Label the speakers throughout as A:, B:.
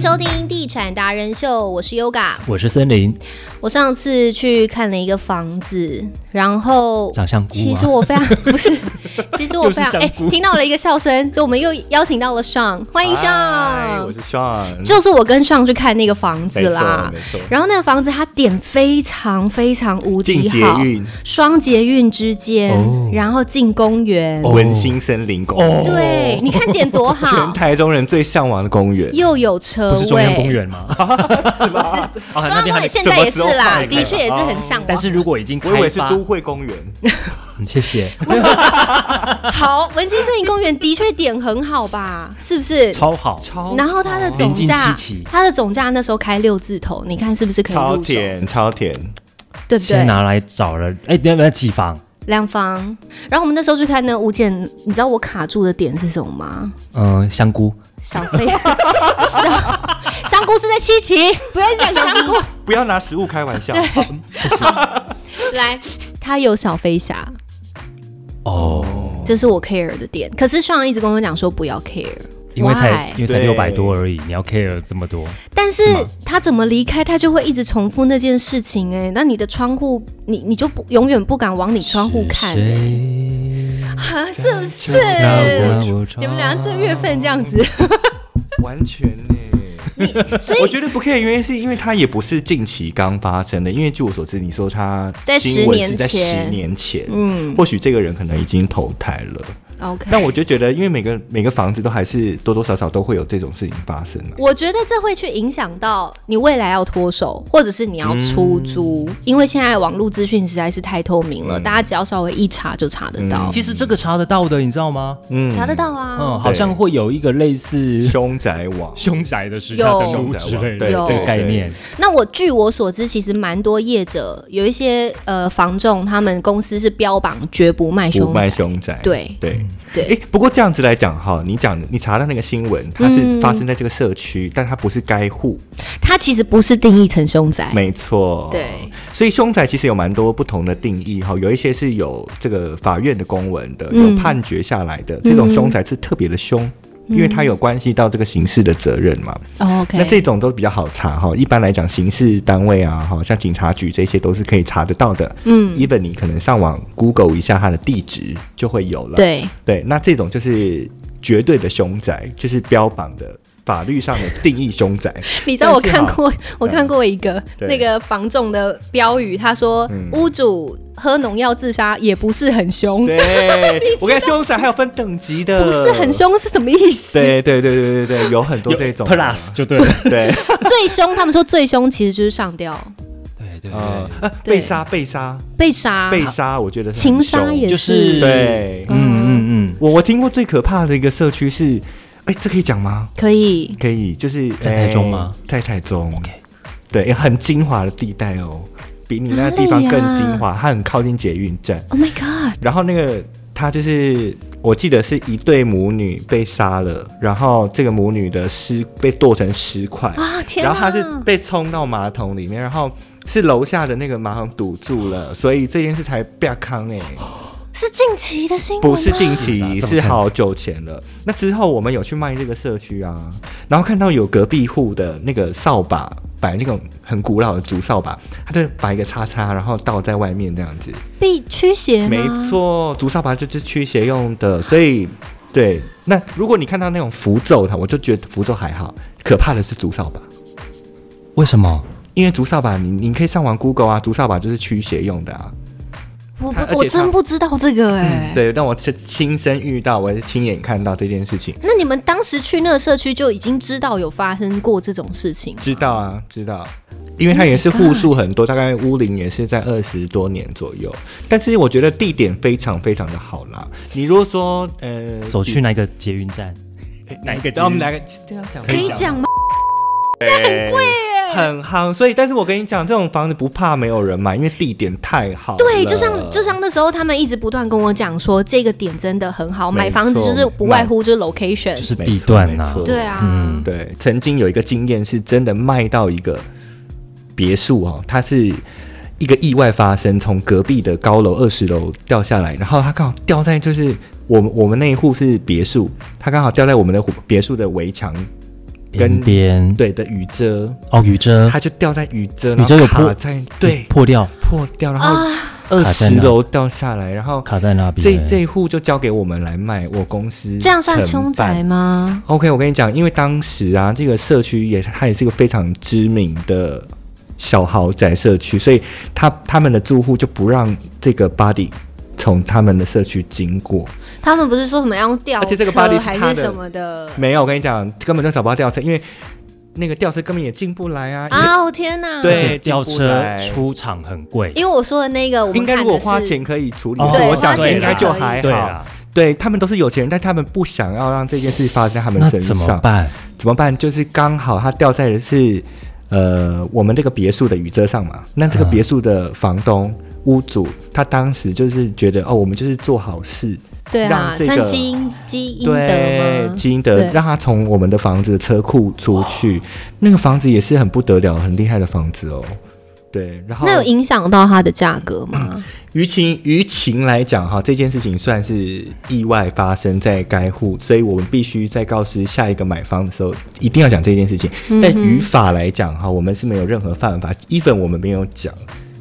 A: 收听《地产达人秀》，我是 Yoga。
B: 我是森林，
A: 我上次去看了一个房子，然后
B: 长相菇
A: 其实
B: 啊，
A: 我非 常不是，其实我非常
B: 又是香
A: 哎、
B: 菇
A: 听到了一个笑声，就我们又邀请到了上，欢迎
C: 嗨
A: 上
C: 我，是 Sean，
A: 就是我跟上去看那个房子
C: 没错
A: 啦
C: 没。错，
A: 然后那个房子它点非常非常无
C: 进
A: 敌
C: 捷
A: 好，
C: 运
A: 双捷运之间，
B: 哦
A: 然后进公园，
B: 哦
C: 文心森林公园，
B: 哦
A: 对，你看点多
C: 全
A: 好，
C: 台中人最向往的公园。
A: 又有车
B: 不
A: 位，
B: 是中央公园吗？
A: 呃 不是
B: 啊
A: 中央公
B: 还没
A: 园现在也是
C: 什么时候
A: 啦，
C: 开的
A: 的确也是很向往。
B: 但是如果已经开
C: 我以为是
B: 发
C: 都会公园，
B: 嗯 谢谢，
A: 好，文心森林公园的确点很好吧？是不是？
B: 超好，
C: 超
A: 然后它的总
B: 临近
A: 价
B: 七期，
A: 它的总价那时候开六字头，你看是不是可以入
C: 超
A: 手？
C: 甜超甜，
A: 对不
B: 先
A: 对？
B: 拿来找了，哎，等一下等一下几房？
A: 两房。然后我们那时候去看那物件，你知道我卡住的点是什么吗？
B: 嗯，香菇，
A: 小 飞，香香菇是在七期，不要讲香菇。
C: 不要拿食物开玩笑。
B: 谢谢。
A: 来，它有小飞侠，
B: 哦，
A: 这是我 care 的点。可是上一直跟我讲说不要 care，
B: 因为
A: Why？
B: 才因为才
C: 对
B: 六百多而已，你要 care 这么多？
A: 但是
B: 是吗
A: 他怎么离开，他就会一直重复那件事情、哎，那你的窗户，你你就不永远不敢往你窗户看、哎
B: 谁
A: 啊，是不是？
B: 敲过我窗
A: 你们俩这月份这样子，
C: 完全呢、
A: 所
C: 我
A: 以
C: 觉得不 care 的原因是因为它也不是近期刚发生的，因为据我所知，你说它
A: 在
C: 新闻
A: 10
C: 是
A: 年
C: 在
A: 前
C: 十年前，
A: 嗯
C: 或许这个人可能已经投胎了，
A: ，OK。
C: 但我就觉得，因为每个每个房子都还是多多少少都会有这种事情发生啊。
A: 我觉得这会去影响到你未来要脱手，或者是你要出租，因为现在网络资讯实在是太透明了，大家只要稍微一查就查得到，
B: 其实这个查得到的，你知道吗？
C: 嗯
A: 查得到啊。
B: 嗯，好像会有一个类似
C: 凶宅网，
B: 凶宅的时下登
A: 有
B: 录之类
C: 对
B: 的
A: 有
C: 对
B: 这个概念，
A: 那我据我所知，其实蛮多业者有一些呃房仲，他们公司是标榜绝不卖
C: 不
A: 凶
C: 卖
A: 宅，
C: 凶宅，
A: 对
C: 对
A: 对
C: 哎、不过这样子来讲哈，你讲你查到那个新闻，它
A: 嗯
C: 是发生在这个社区，但它不是该户，
A: 它其实不是定义成凶宅，
C: 没错。
A: 哎对，
C: 所以凶宅其实有蛮多不同的定义哈，有一些是有这个法院的公文的，
A: 嗯嗯
C: 有判决下来的，这种凶宅是特别的凶。因为它有关系到这个刑事的责任嘛，
A: 哦 OK，
C: 那这种都比较好查哈。一般来讲，刑事单位啊，哈，像警察局这些都是可以查得到的。
A: 嗯
C: even 你可能上网 Google 一下它的地址就会有了。
A: 对
C: 对，那这种就是绝对的凶宅，就是标榜的法律上的定义凶 宅。
A: 你知道我
C: 但是
A: 看
C: 哈
A: 过， 我看过一个
C: 对嗯
A: 那个房仲的标语，他说屋主喝农药自杀也不是很凶，
C: 对，我跟凶宅还有分等级的，
A: 不是很。凶是什么意思？
C: 对对对对对对，有很多
B: 有
C: 这种
B: plus 就 对了，
C: 对，
A: 最凶，他们说最凶其实就是上吊、
B: 对对
C: 呃
B: 对，
C: 啊
A: 对
C: 被杀被杀
A: 被杀、
C: 被杀，我觉得是
A: 情
C: 很
A: 杀
C: 凶
A: 也
B: 就是
C: 对。
B: 嗯嗯嗯，
C: 我我听过最可怕的一个社区是，哎，这可以讲吗？
A: 可以。
C: 可以，就是
B: 在台中吗
C: 哎在台中，OK，对，很精华的地带哦，比你那个地
A: 哪
C: 方
A: 里啊
C: 更精华，它很靠近捷运站。
A: Oh my god！
C: 然后那个他就是，我记得是一对母女被杀了，然后这个母女的尸被剁成尸块，
A: 啊天哪！
C: 然后她是被冲到马桶里面，然后是楼下的那个马桶堵住了，所以这件事才被康哎、
A: 是近期的新闻吗，
C: 不是近
B: 是
C: 期，
B: 吧
C: 是好久前了。那之后我们有去卖这个社区啊，然后看到有隔壁户的那个扫把，摆那种很古老的竹扫把，他就摆一个叉叉，然后倒在外面这样子。
A: 被驱邪吗？
C: 没错，竹扫把就是驱邪用的，所以对。那如果你看到那种符咒它，我就觉得符咒还好，可怕的是竹扫把，
B: 为什么？
C: 因为竹扫把你你可以上网 Google 啊，竹扫把就是驱邪用的啊。
A: 我
C: 而
A: 不，
C: 且他
A: 我真不知道这个哎、
C: 对，但我是亲身遇到，我也是亲眼看到这件事情，
A: 那你们当时去那个社区就已经知道有发生过这种事情？
C: 知道啊，知道。因为它也是户数很多，大概屋龄也是在二十多年左右，但是我觉得地点非常非常的好啦。你如果说呃
B: 走去哪个捷运站？哪一个捷
C: 然后我们
B: 运
C: 来个这样讲吗
A: 可以讲吗？
C: 很贵耶，哎很夯。所以，但是我跟你讲，这种房子不怕没有人买，因为地点太好了。
A: 对，就像就像那时候他们一直不断跟我讲说，这个点真的很好，
C: 没错
A: 买房子就是不外乎就是 location，
B: 就是
C: 没
B: 地
C: 错
B: 段
C: 没
B: 呐
C: 错，
A: 对啊，
B: 嗯
C: 对，曾经有一个经验是真的卖到一个别墅哦，它是一个意外发生，从隔壁的高楼二十楼掉下来，然后它刚好掉在 就是我们我们那一户是别墅，它刚好掉在我们的别墅的围墙
B: 边边
C: 对的雨遮，
B: 哦，雨遮，
C: 它就掉在雨遮，
B: 雨遮
C: 然后
B: 有
C: 卡
B: 破
C: 在对
B: 破掉，
C: 破掉，然
A: 啊
C: 后二
B: 卡在
C: 十
B: 那
C: 楼掉下来，然后
B: 卡在那边。
C: 这这一户就交给我们来卖，我公司
A: 这样算
C: 承
A: 凶
C: 办
A: 宅吗？
C: OK，我跟你讲，因为当时啊，这个社区也是它也是一个非常知名的小豪宅社区，所以他他们的住户就不让这个 body 从他们的社区经过。
A: 他们不是说什么要用吊
C: 而且这个巴
A: 车
C: 黎是
A: 还
C: 他
A: 是
C: 的
A: 什么的？
C: 没有，我跟你讲，根本就找不到吊车，因为那个吊车根本也进不来啊。
A: 啊，我天哪！
B: 而
C: 对
B: 且吊
C: 进不来
B: 车出场很贵，
A: 因为我说的那个，我
C: 应
A: 们
C: 该
A: 看
C: 如果
A: 的
C: 花
A: 是
C: 钱可以处理，
B: 哦
C: 我想
B: 花钱
C: 应该就
A: 可以
C: 还
B: 对
C: 好。
B: 啊，
C: 对他们都是有钱人，但他们不想要让这件事发生在他们
B: 那
C: 身
B: 怎么
C: 上。
B: 办？
C: 怎么办？就是刚好他掉在的是，呃，我们这个别墅的雨遮上嘛。那这个
B: 嗯
C: 别墅的房东、屋主，他当时就是觉得，哦，我们就是做好事，
A: 对啊，
C: 让这个
A: 穿基因基因德
C: 对
A: 吗，？
C: 基因德
A: 对
C: 让他从我们的房子的车库出去。那个房子也是很不得了，很厉害的房子哦。对，然后
A: 那有影响到它的价格吗？
C: 舆情舆情来讲哈，这件事情算是意外发生在该户，所以我们必须在告知下一个买方的时候，一定要讲这件事情。但于法来讲哈，我们是没有任何犯法，even 我们没有讲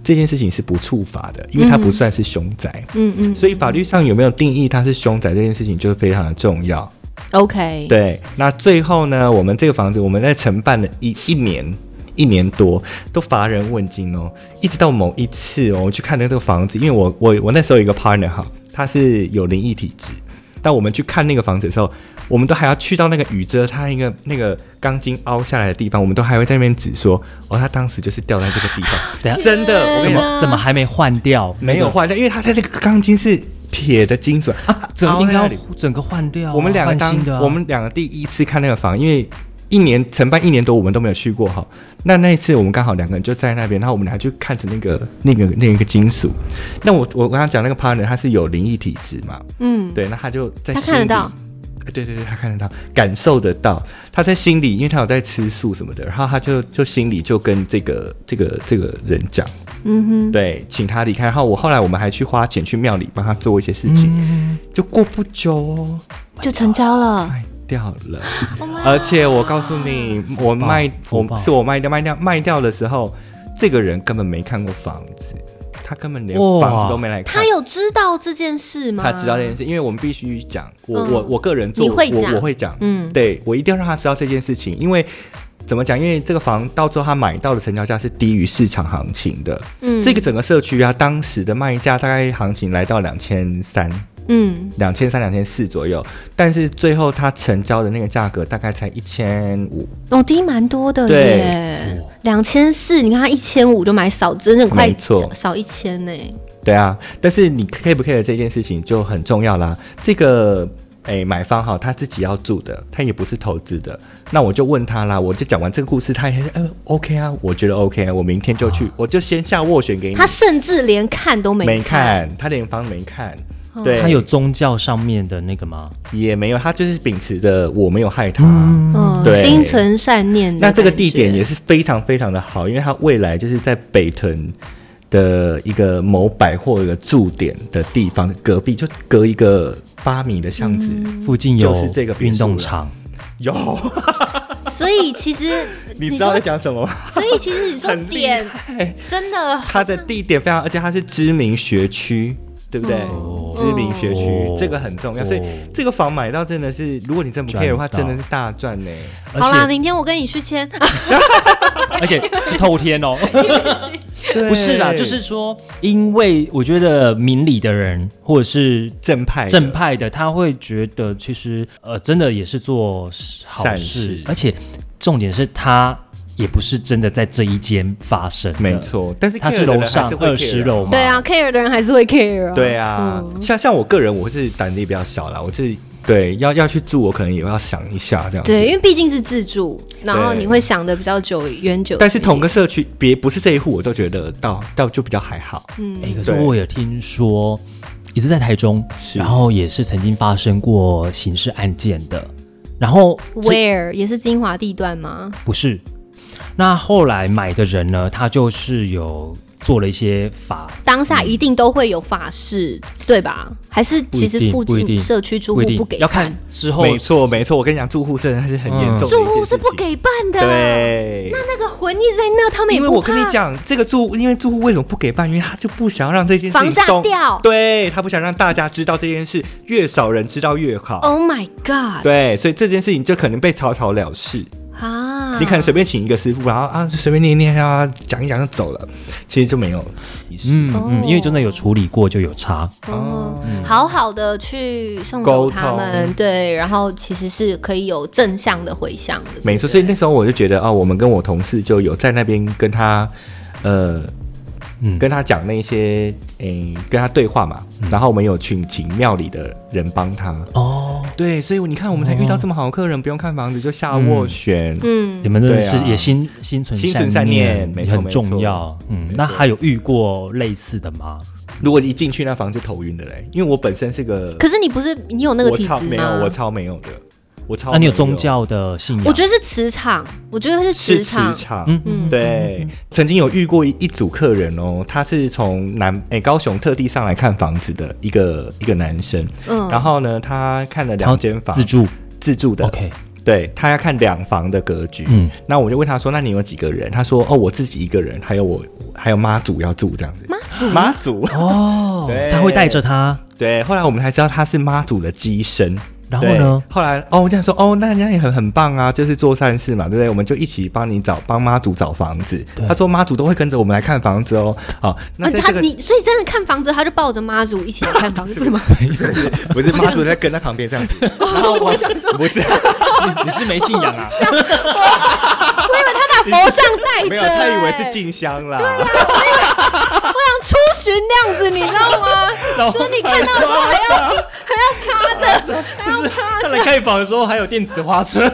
C: 这件事情是不触法的，因为它不算是凶宅，
A: 嗯嗯
C: 所以法律上有没有定义它是凶宅这件事情就是非常的重要。
A: ，OK，
C: 对，那最后呢，我们这个房子我们在承办了一一年。一年多都乏人问津哦，一直到某一次哦，我去看了这个房子，因为我我我那时候有一个 partner 哈，他是有灵异体质，但我们去看那个房子的时候，我们都还要去到那个雨遮，它那个那个钢筋凹下来的地方，我们都还会在那边指说，哦，他当时就是掉在这个地方，
B: 等下
C: 真的，我跟
B: 怎
C: 你讲，
B: 么怎么还没换掉？
C: 没有坏掉，因为它在这个钢筋是铁的精准，
B: 整个啊
C: 凹在
B: 应该
C: 那
B: 要
C: 里
B: 整个换掉啊，
C: 我们两个
B: 换
C: 当
B: 新的啊，
C: 我们两个第一次看那个房，因为一年承办一年多，我们都没有去过哈。那那一次我们刚好两个人就在那边，然后我们俩就看着那个那个那个金属。那我我刚刚讲那个 partner 他是有灵异体质嘛，
A: 嗯，
C: 对，那他就在
A: 他
C: 心
A: 看得
C: 里。
A: 到，
C: 呃对对对，他看得到，感受得到。他在心里，因为他有在吃素什么的，然后他就就心里就跟这个这个这个人讲，
A: 嗯
C: 对，请他离开。然后我后来我们还去花钱去庙里帮他做一些事情，
B: 嗯
C: 就过不久哦，
A: 哼，就成交了。
C: 卖掉了。
A: Oh my
C: 而且我告诉你，我卖
B: 福报
C: 我是我卖掉卖掉卖掉的时候，这个人根本没看过房子，他根本连
B: 哇
C: 房子都没来看
A: 他。有知道这件事吗？
C: 他知道这件事，因为我们必须讲，我、
A: 嗯
C: 我我个人做，
A: 你会讲
C: 我我会讲，
A: 嗯
C: 对我一定要让他知道这件事情，因为怎么讲？因为这个房到最后他买到的成交价是低于市场行情的，
A: 嗯
C: 这个整个社区啊，当时的卖价大概行情来到两千三，
A: 嗯
C: 两千三两千四左右，但是最后他成交的那个价格大概才一千五，
A: 哦，低蛮多的
C: 对
A: 耶，两千四，你看他一千五就买少，整整快
C: 没错
A: 少少一千呢。
C: 对啊，但是你 care 不 care 这件事情就很重要啦。这个诶，买方哈，他自己要住的，他也不是投资的。那我就问他啦，我就讲完这个故事，他也是嗯 OK 啊，我觉得 OK，啊我明天就去，我就先下斡旋给你。
A: 他甚至连看都没
C: 没
A: 看，
C: 看，他连房没看，
A: 哦
C: 对，
B: 它有宗教上面的那个吗？
C: 也没有，他就是秉持着我没有害他。
A: 嗯，
C: 对
A: 心存善念的嗯
C: 那
A: 感觉。
C: 这个地点也是非常非常的好，因为它未来就是在北屯的一个某百货的驻点的地方隔壁，就隔一个八米的巷子。
A: 嗯
B: 附近有
C: 嗯就是这个别
B: 运
C: 墅
B: 动
C: 了
B: 场，
C: 有，
A: 所以其实
C: 你知道
A: 说
C: 在，讲什么吗？
A: 所以其实你说
C: 很厉
A: 点
C: 害
A: 真的
C: 它的地点非常，而且它是知名学区，对不对？
A: 哦
C: 知名学区、
B: 哦
C: 这个很重要，所以
B: 哦
C: 这个房买到真的是，如果你真的不 care 的话，
B: 赚
C: 真
B: 到
C: 的是大赚呢、
B: 而
A: 好啦，
B: 且
A: 明天我跟你去签。
B: 而且是透天哦，
C: 对
B: 不是啦，就是说，因为我觉得明理的人或者是
C: 正派的
B: 正派的，他会觉得其实呃，真的也是做好
C: 善
B: 事
C: 事，
B: 而且重点是他也不是真的在这一间发生，
C: 没，错，但是
B: 他
C: care
B: 是
C: 的人
B: 楼上
C: 还是会
B: 二
C: care
B: 十
C: 啊
B: 楼 嘛，
A: 对啊，care 的人还是会 care 啊。
C: 对啊，像像我个人，我是胆子也比较小啦，我是对要要去住，我可能也要想一下这样子。
A: 对，因为毕竟是自助，然后
C: 对
A: 你会想的比较久远久一点。
C: 但是同个社区，别不是这一户，我都觉得到到就比较还好。
A: 嗯
B: 哎、可是
C: 对
B: 我也听说，也是在台中，
C: 是
B: 然后也是曾经发生过刑事案件的，然后这
A: ，where 也是精华地段吗？
B: 不是，那后来买的人呢，他就是有做了一些法，
A: 当下一定都会有法事，对吧？还是其实附
B: 不一定
A: 近社区住
B: 不
A: 户
B: 一定
A: 不给
B: 要
A: 办，
B: 看之后，
C: 没错，没错，我跟你讲，住户真的是很严重的一件事
A: 哦嗯住
C: 情、
A: 户是不给办的。啊
C: 对。
A: 那那个魂一直在那，他们也
C: 因为
A: 不
C: 我
A: 怕。
C: 跟你讲，这个住，因为住户为什么不给办？因为他就不想让这件事
A: 防
C: 情
A: 诈
C: 动
A: 掉
C: 对他不想让大家知道这件事，越少人知道越好。
A: ，Oh my God！
C: 对，所以这件事情就可能被草草了事。
A: 啊，
C: 你可能随便请一个师傅，然后啊随便念一念啊，讲一讲就走了，其实就没有了。
B: 嗯
A: 哦
B: 嗯，因为真的有处理过就有差，
A: 哦，好好的去送走他
C: 嗯沟
A: 们，对，然后其实是可以有正向的回向的。
C: 没错，所以那时候我就觉得哦，我们跟我同事就有在那边跟他，呃，
B: 嗯
C: 跟他讲那些，诶、跟他对话嘛。然后我们有请请庙里的人帮他。
B: 哦，
C: 对，所以你看，我们才遇到这么好的客人，不用看房子就下斡旋。
A: 嗯，
B: 你们真的
C: 对啊
B: 是也心心存
C: 心存善念
B: 念，
C: 没
B: 也
C: 错
B: 很
C: 没
B: 重
C: 错
B: 要。嗯
C: 没，
B: 那
C: 错
B: 还有遇过类似的吗？
C: 如果一进去那房就头晕的嘞，因为我本身是个，
A: 可是你不是你有那个
C: 我
A: 体
C: 超
A: 质
C: 没有，
A: 吗？
C: 我超没有的，我超没。
B: 那你有宗教的信仰？
A: 我觉得是磁场，我觉得是
C: 是
A: 磁
C: 磁
A: 场。
C: 场，
B: 嗯
A: 嗯，
C: 对，曾经有遇过一一组客人哦，他是从南诶、高雄特地上来看房子的一个一个男生，
A: 嗯
C: 然后呢，他看了
B: 然后
C: 两间房
B: 自助
C: 自住的
B: ，OK，
C: 对他要看两房的格局，
B: 嗯
C: 那我就问他说，那你有几个人？他说哦，我自己一个人，还有我还有妈祖要住这样子，妈祖妈祖，
B: 哦
C: 对，
B: 他会带着他，
C: 对，后来我们才知道他是妈祖的机身。
B: 然后呢？
C: 对？后来哦，我这样说哦，那人家也很很棒啊，就是做善事嘛，对不对？我们就一起帮你找帮妈祖找房子。他说妈祖都会跟着我们来看房子哦。好、那
A: 啊，
C: 在
A: 他
C: 这个、
A: 你所以真的看房子，他就抱着妈祖一起来看房 子 吗？
C: 不是妈祖在跟在旁边这样子，然后我不是
B: 你是没信仰 啊？
A: 我以为他把佛像带着、
C: 没有，他以为 是进香啦。
A: 像出巡那样子，你知道吗？就是你看到说还要
B: 他来开房的时候还有电子花 车，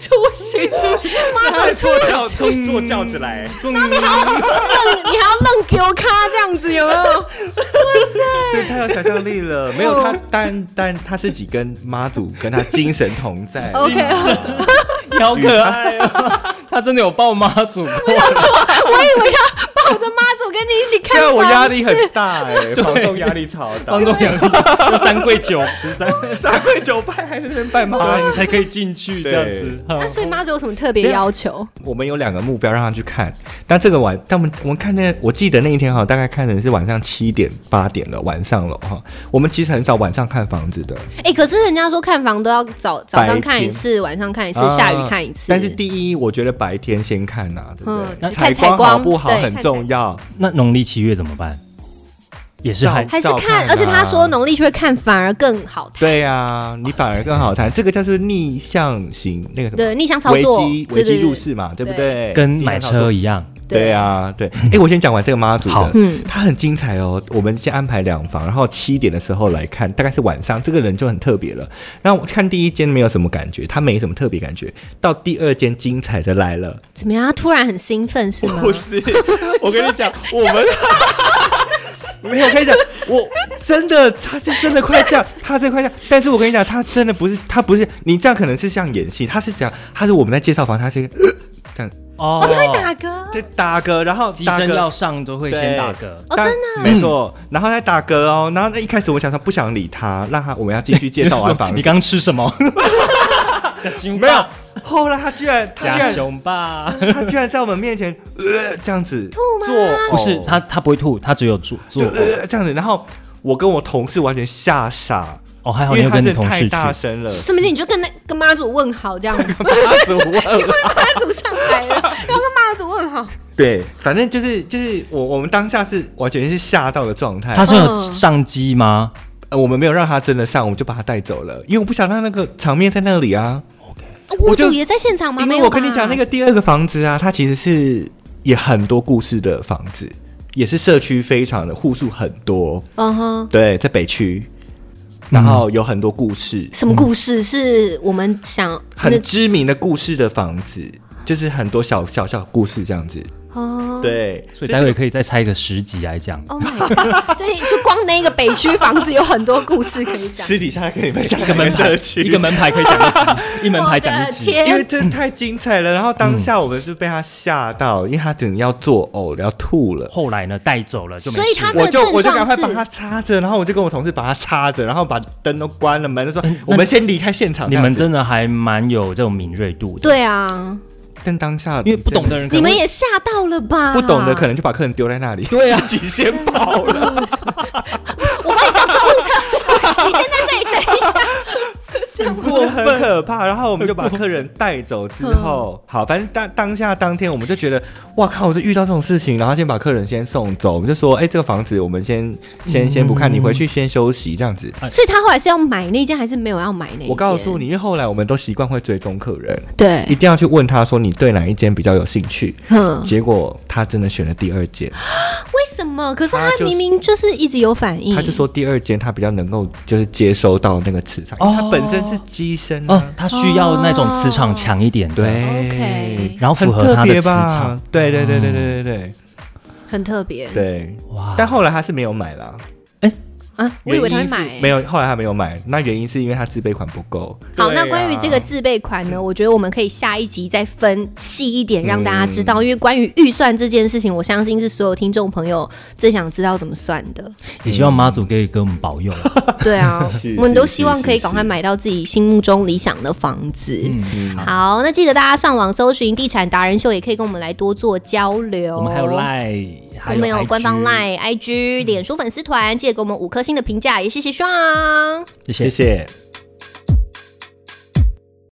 A: 出巡，妈祖出
C: 坐轿坐轿子来，
A: 愣，你还要愣给我咖这样子，有没有？
C: 这太有想象力了。没有他，但但他自己跟妈祖跟他精神同在。
A: OK，
B: 你好可爱啊！ 他真的有抱妈祖过，
A: 我以为他抱着妈祖跟你一起看
C: 对啊，
A: 房，
C: 我压力很大哎、房东压力超大，
B: 当中有有三跪 九十三，
C: 三跪九拜还是能拜妈
B: 对，你才可以进去这样
A: 那
B: 子。
A: 所以妈祖有什么特别要求？
C: 我们有两个目标让他去看，但这个晚，但我们我们看那，我记得那一天哈，大概看的是晚上七点八点了，晚上了哈。我们其实很少晚上看房子的，
A: 哎、可是人家说看房都要早早
C: 白
A: 上
C: 天
A: 看一次，晚上看一次，
C: 啊
A: 下雨看一次。
C: 但是第一，我觉得白天先看呐、对不对？
A: 嗯
C: 采
A: 看采光
C: 好不好
A: 对
C: 很重要，
B: 那农历七月怎么办？也是
C: 照
B: 还
A: 还是
C: 照看
A: 看，
C: 啊
A: 而且他说农历去看反而更好看。
C: 对啊，你反而更好谈。这个叫做逆向型那个什么
A: 对，逆向操
C: 危
A: 作，
C: 机
A: 对
C: 危
A: 对
C: 机
A: 对
C: 入市嘛，对不对？
B: 跟
C: 逆向
B: 买
C: 操作
B: 车一样，
C: 对啊，对，哎、我先讲完这个妈祖
B: 好
C: 的，
A: 嗯
C: 他很精彩哦。我们先安排两房，然后七点的时候来看，大概是晚上，这个人就很特别了。然后我看第一间没有什么感觉，他没什么特别感觉，到第二间精彩的来了，
A: 怎么样？他突然很兴奋是吗？
C: 不是，我跟你讲，我们。没有，我跟你讲，我真的，他就真的快这样，他真的快这样。但是我跟你讲，他真的不是，他不是，你这样可能是像演戏，他是想，他是我们在介绍房，他是这样
B: 哦
A: 哦，他会打嗝，
C: 在打嗝，然后
B: 机
C: 打嗝
B: 身要上都会先
C: 对
B: 打嗝。
A: 哦真
C: 但
A: 的啊
C: 没错。然后他打嗝哦，然后那一开始我想说不想理他，让他我们要继续介绍完 房
B: 你
C: 子。
B: 刚吃什么？
C: 没有，后来他居然他居
B: 假
C: 然
B: 熊吧？
C: 他居然在我们面前呃这样子吐
A: 吗
C: 做
B: 不是，他他不会吐，他只有做
C: 哦就
B: 做呕。
C: 呃这样子，然后我跟我同事完全吓傻，
B: 哦，还
C: 因
B: 好你
C: 为
B: 有
C: 他
B: 跟
C: 真
B: 你
C: 的
B: 同
C: 太
B: 事去。
C: 大声了。
A: 是不是？你就跟那跟妈祖问好这样，因为
C: 他死我了。
A: 妈祖上来了，要跟妈祖问好。
C: 对，反正就是就是我我们当下是完全是吓到的状态
B: 他。是有
A: 嗯
B: 上机吗
C: 呃我们没有让他真的上，我们就把他带走了，因为我不想让那个场面在那里啊。
B: ？OK，
A: 屋
C: 就
A: 主也在现场吗？
C: 因
A: 没
C: 为
A: 有
C: 我
A: 吧
C: 跟你讲，那个第二个房子啊，它其实是也很多故事的房子，也是社区非常的户数很多，
A: 嗯哼，
C: 对，在北区，然后有很多故事，
A: 什么故事？是我们想
C: 很知名的故事的房子，就是很多小小小故事这样子。
A: 哦，
C: 对，
B: 所以待会可以再拆个十集来讲。
A: Oh my god！对， 就光那个北区房子有很多故事可以讲。
C: 私底下跟你们讲
B: 一
C: 一
B: 个门
C: 个
B: 牌
C: 社，区，
B: 一个门牌可以讲一集， 一门牌讲一
A: 我的
B: 集。
A: 天
C: 因为真的太精彩了。然后当下我们就被他吓到，因为他整个要作呕了，要吐了。
B: 后来呢，带走了就没
A: 所以
B: 事
A: 他
B: 了。
A: 的
C: 我就
A: 症
C: 我就
A: 状
C: 赶快把
A: 是
C: 他插着，然后我就跟我同事把他插着，然后把灯都关了，门就说我们先离开现场。
B: 你
C: 这样
B: 们
C: 子
B: 真的还蛮有这种敏锐度的，
A: 对啊，
C: 但当下
B: 因为不懂的人可
A: 你
B: 能
A: 们
B: 会
A: 也吓到了吧？
C: 不懂的可能就把客人丢在那里， 对啊，自己先跑了。
A: 我帮你叫救护车，你先在这里等一下。这样
C: 不是很可怕，然后我们就把客人带走之后，好，反正当当下当天我们就觉得，哇靠，我就遇到这种事情，然后先把客人先送走，我们就说，哎、这个房子我们先先先不看，你回去先休息这样子。
A: 所以他后来是要买那间还是没有要买那间？
C: 哎我告诉，你，因为后来我们都习惯会追踪客人，一
A: 对，
C: 定要去问他说你对哪一间比较有兴趣。
B: 嗯
A: 哼，
C: 结果他真的选了第二间，
A: 嗯为什么？可是他
C: 他就是
A: 明明就是一直有反
B: 嗯
A: 应，
C: 他就说第二间他比较能够就是接收到那个磁场，
B: 哦
C: 因为他本身是机身啊，
B: 哦，他需要那种磁场强一点的，
C: 对
A: OK
B: 然后
C: 很
B: 符合
C: 特
B: 他的
C: 别
B: 磁
C: 吧
B: 场，？
C: 对对对对对对对
A: 很特别。
C: 对。
B: 哇！
C: 但后来他是没有买啦，
A: 啊，我以为他
C: 原
A: 会
C: 因是
A: 买。
C: 没有，后来他没有买，那原因是因为他自备款不够。
A: 好，
C: 对
A: 那
C: 啊
A: 关于这个自备款呢，我觉得我们可以下一集再分细一点，让大家知
C: 嗯
A: 道，因为关于预算这件事情，我相信是所有听众朋友最想知道怎么算的。
B: 也希望妈祖可以给我们保 佑啊。
A: 对啊
C: 是，
A: 我们都
C: 是
A: 希望
C: 是
A: 可以
C: 是
A: 赶快买到自己心目中理想的房子。
B: 嗯，
A: 好，那记得大家上网搜寻“地产达人秀”，也可以跟我们来多做交流。
B: 我们还有。赖，还
A: 我们有官方
B: IG，
A: Line、IG、脸书粉丝团，记得给我们五颗星的评价，也谢谢 Sean。
B: 谢谢
C: 谢。谢。